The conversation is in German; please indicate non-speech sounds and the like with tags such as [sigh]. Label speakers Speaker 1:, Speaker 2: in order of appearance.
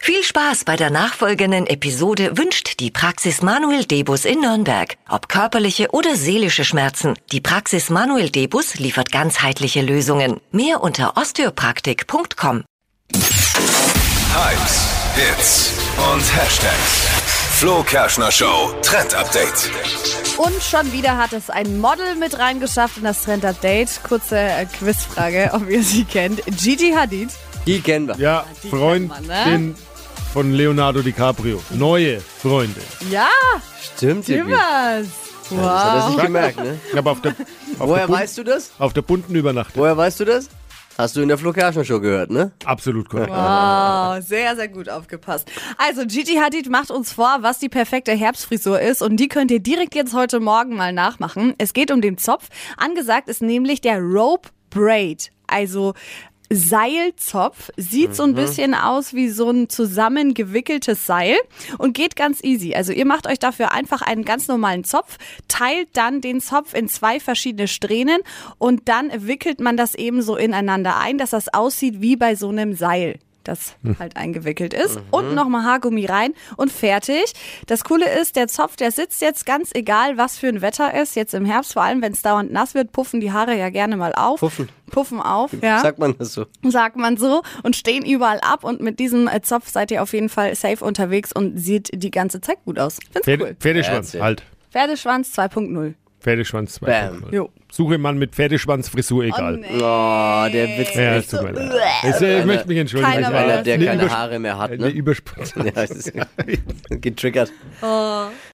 Speaker 1: Viel Spaß bei der nachfolgenden Episode wünscht die Praxis Manuel Debus in Nürnberg. Ob körperliche oder seelische Schmerzen, die Praxis Manuel Debus liefert ganzheitliche Lösungen. Mehr unter osteopraktik.com.
Speaker 2: Hypes, Hits und Hashtags. Flo Kerschner Show Trend Update.
Speaker 3: Und schon wieder hat es ein Model mit reingeschafft in das Trend Update. Kurze äh, Quizfrage, ob ihr sie kennt. Gigi Hadid.
Speaker 4: Die kennen wir.
Speaker 5: Ja,
Speaker 3: Ah, die
Speaker 5: Freundin
Speaker 3: kennt man, ne?
Speaker 5: von Leonardo DiCaprio. Neue Freundin.
Speaker 3: Ja,
Speaker 4: Stimmt, irgendwie.
Speaker 3: Timmers.
Speaker 4: Das hat er
Speaker 3: Wow.
Speaker 4: sich gemerkt, ne?
Speaker 5: Ich habe
Speaker 3: [laughs]
Speaker 5: auf der, auf, der
Speaker 4: Woher
Speaker 5: bunten,
Speaker 4: weißt du das?
Speaker 5: auf der bunten übernachtet.
Speaker 4: Woher weißt du das? Hast du in der Flo Kerschner Show gehört, ne?
Speaker 5: Absolut korrekt.
Speaker 3: Wow, Genau, sehr, sehr gut aufgepasst. Also Gigi Hadid macht uns vor, was die perfekte Herbstfrisur ist und die könnt ihr direkt jetzt heute Morgen mal nachmachen. Es geht um den Zopf. Angesagt ist nämlich der Rope Braid, also Seilzopf. Sieht so ein bisschen aus wie so ein zusammengewickeltes Seil und geht ganz easy. Also ihr macht euch dafür einfach einen ganz normalen Zopf, teilt dann den Zopf in zwei verschiedene Strähnen und dann wickelt man das eben so ineinander ein, dass das aussieht wie bei so einem Seil das halt eingewickelt ist. Und nochmal Haargummi rein und fertig. Das Coole ist, der Zopf, der sitzt jetzt ganz egal, was für ein Wetter ist. Jetzt im Herbst, vor allem wenn es dauernd nass wird, puffen die Haare ja gerne mal auf.
Speaker 4: Puffen.
Speaker 3: Puffen auf, ja,
Speaker 4: Sagt man das so?
Speaker 3: sagt man so. Und stehen überall ab. Und mit diesem äh, Zopf seid ihr auf jeden Fall safe unterwegs und sieht die ganze Zeit gut aus. Find's
Speaker 5: Pferde,
Speaker 3: cool.
Speaker 5: Pferdeschwanz,
Speaker 4: Erzähl.
Speaker 5: halt.
Speaker 3: Pferdeschwanz 2.0.
Speaker 5: Pferdeschwanz
Speaker 4: Bam.
Speaker 5: 2.0.
Speaker 3: Jo.
Speaker 5: Suche Mann mit Pferdeschwanzfrisur, egal.
Speaker 4: Oh, der Witz.
Speaker 5: ja,
Speaker 4: ist
Speaker 5: tut mir leid. Ich, äh, ich möchte mich entschuldigen.
Speaker 3: Keiner
Speaker 5: ich war
Speaker 4: Einer, der keine Ne? [laughs]
Speaker 5: eine Übersp-
Speaker 4: Haare mehr hat,
Speaker 5: [laughs] Eine
Speaker 4: ne?
Speaker 5: Übersprung.
Speaker 4: Ja, es ist getriggert.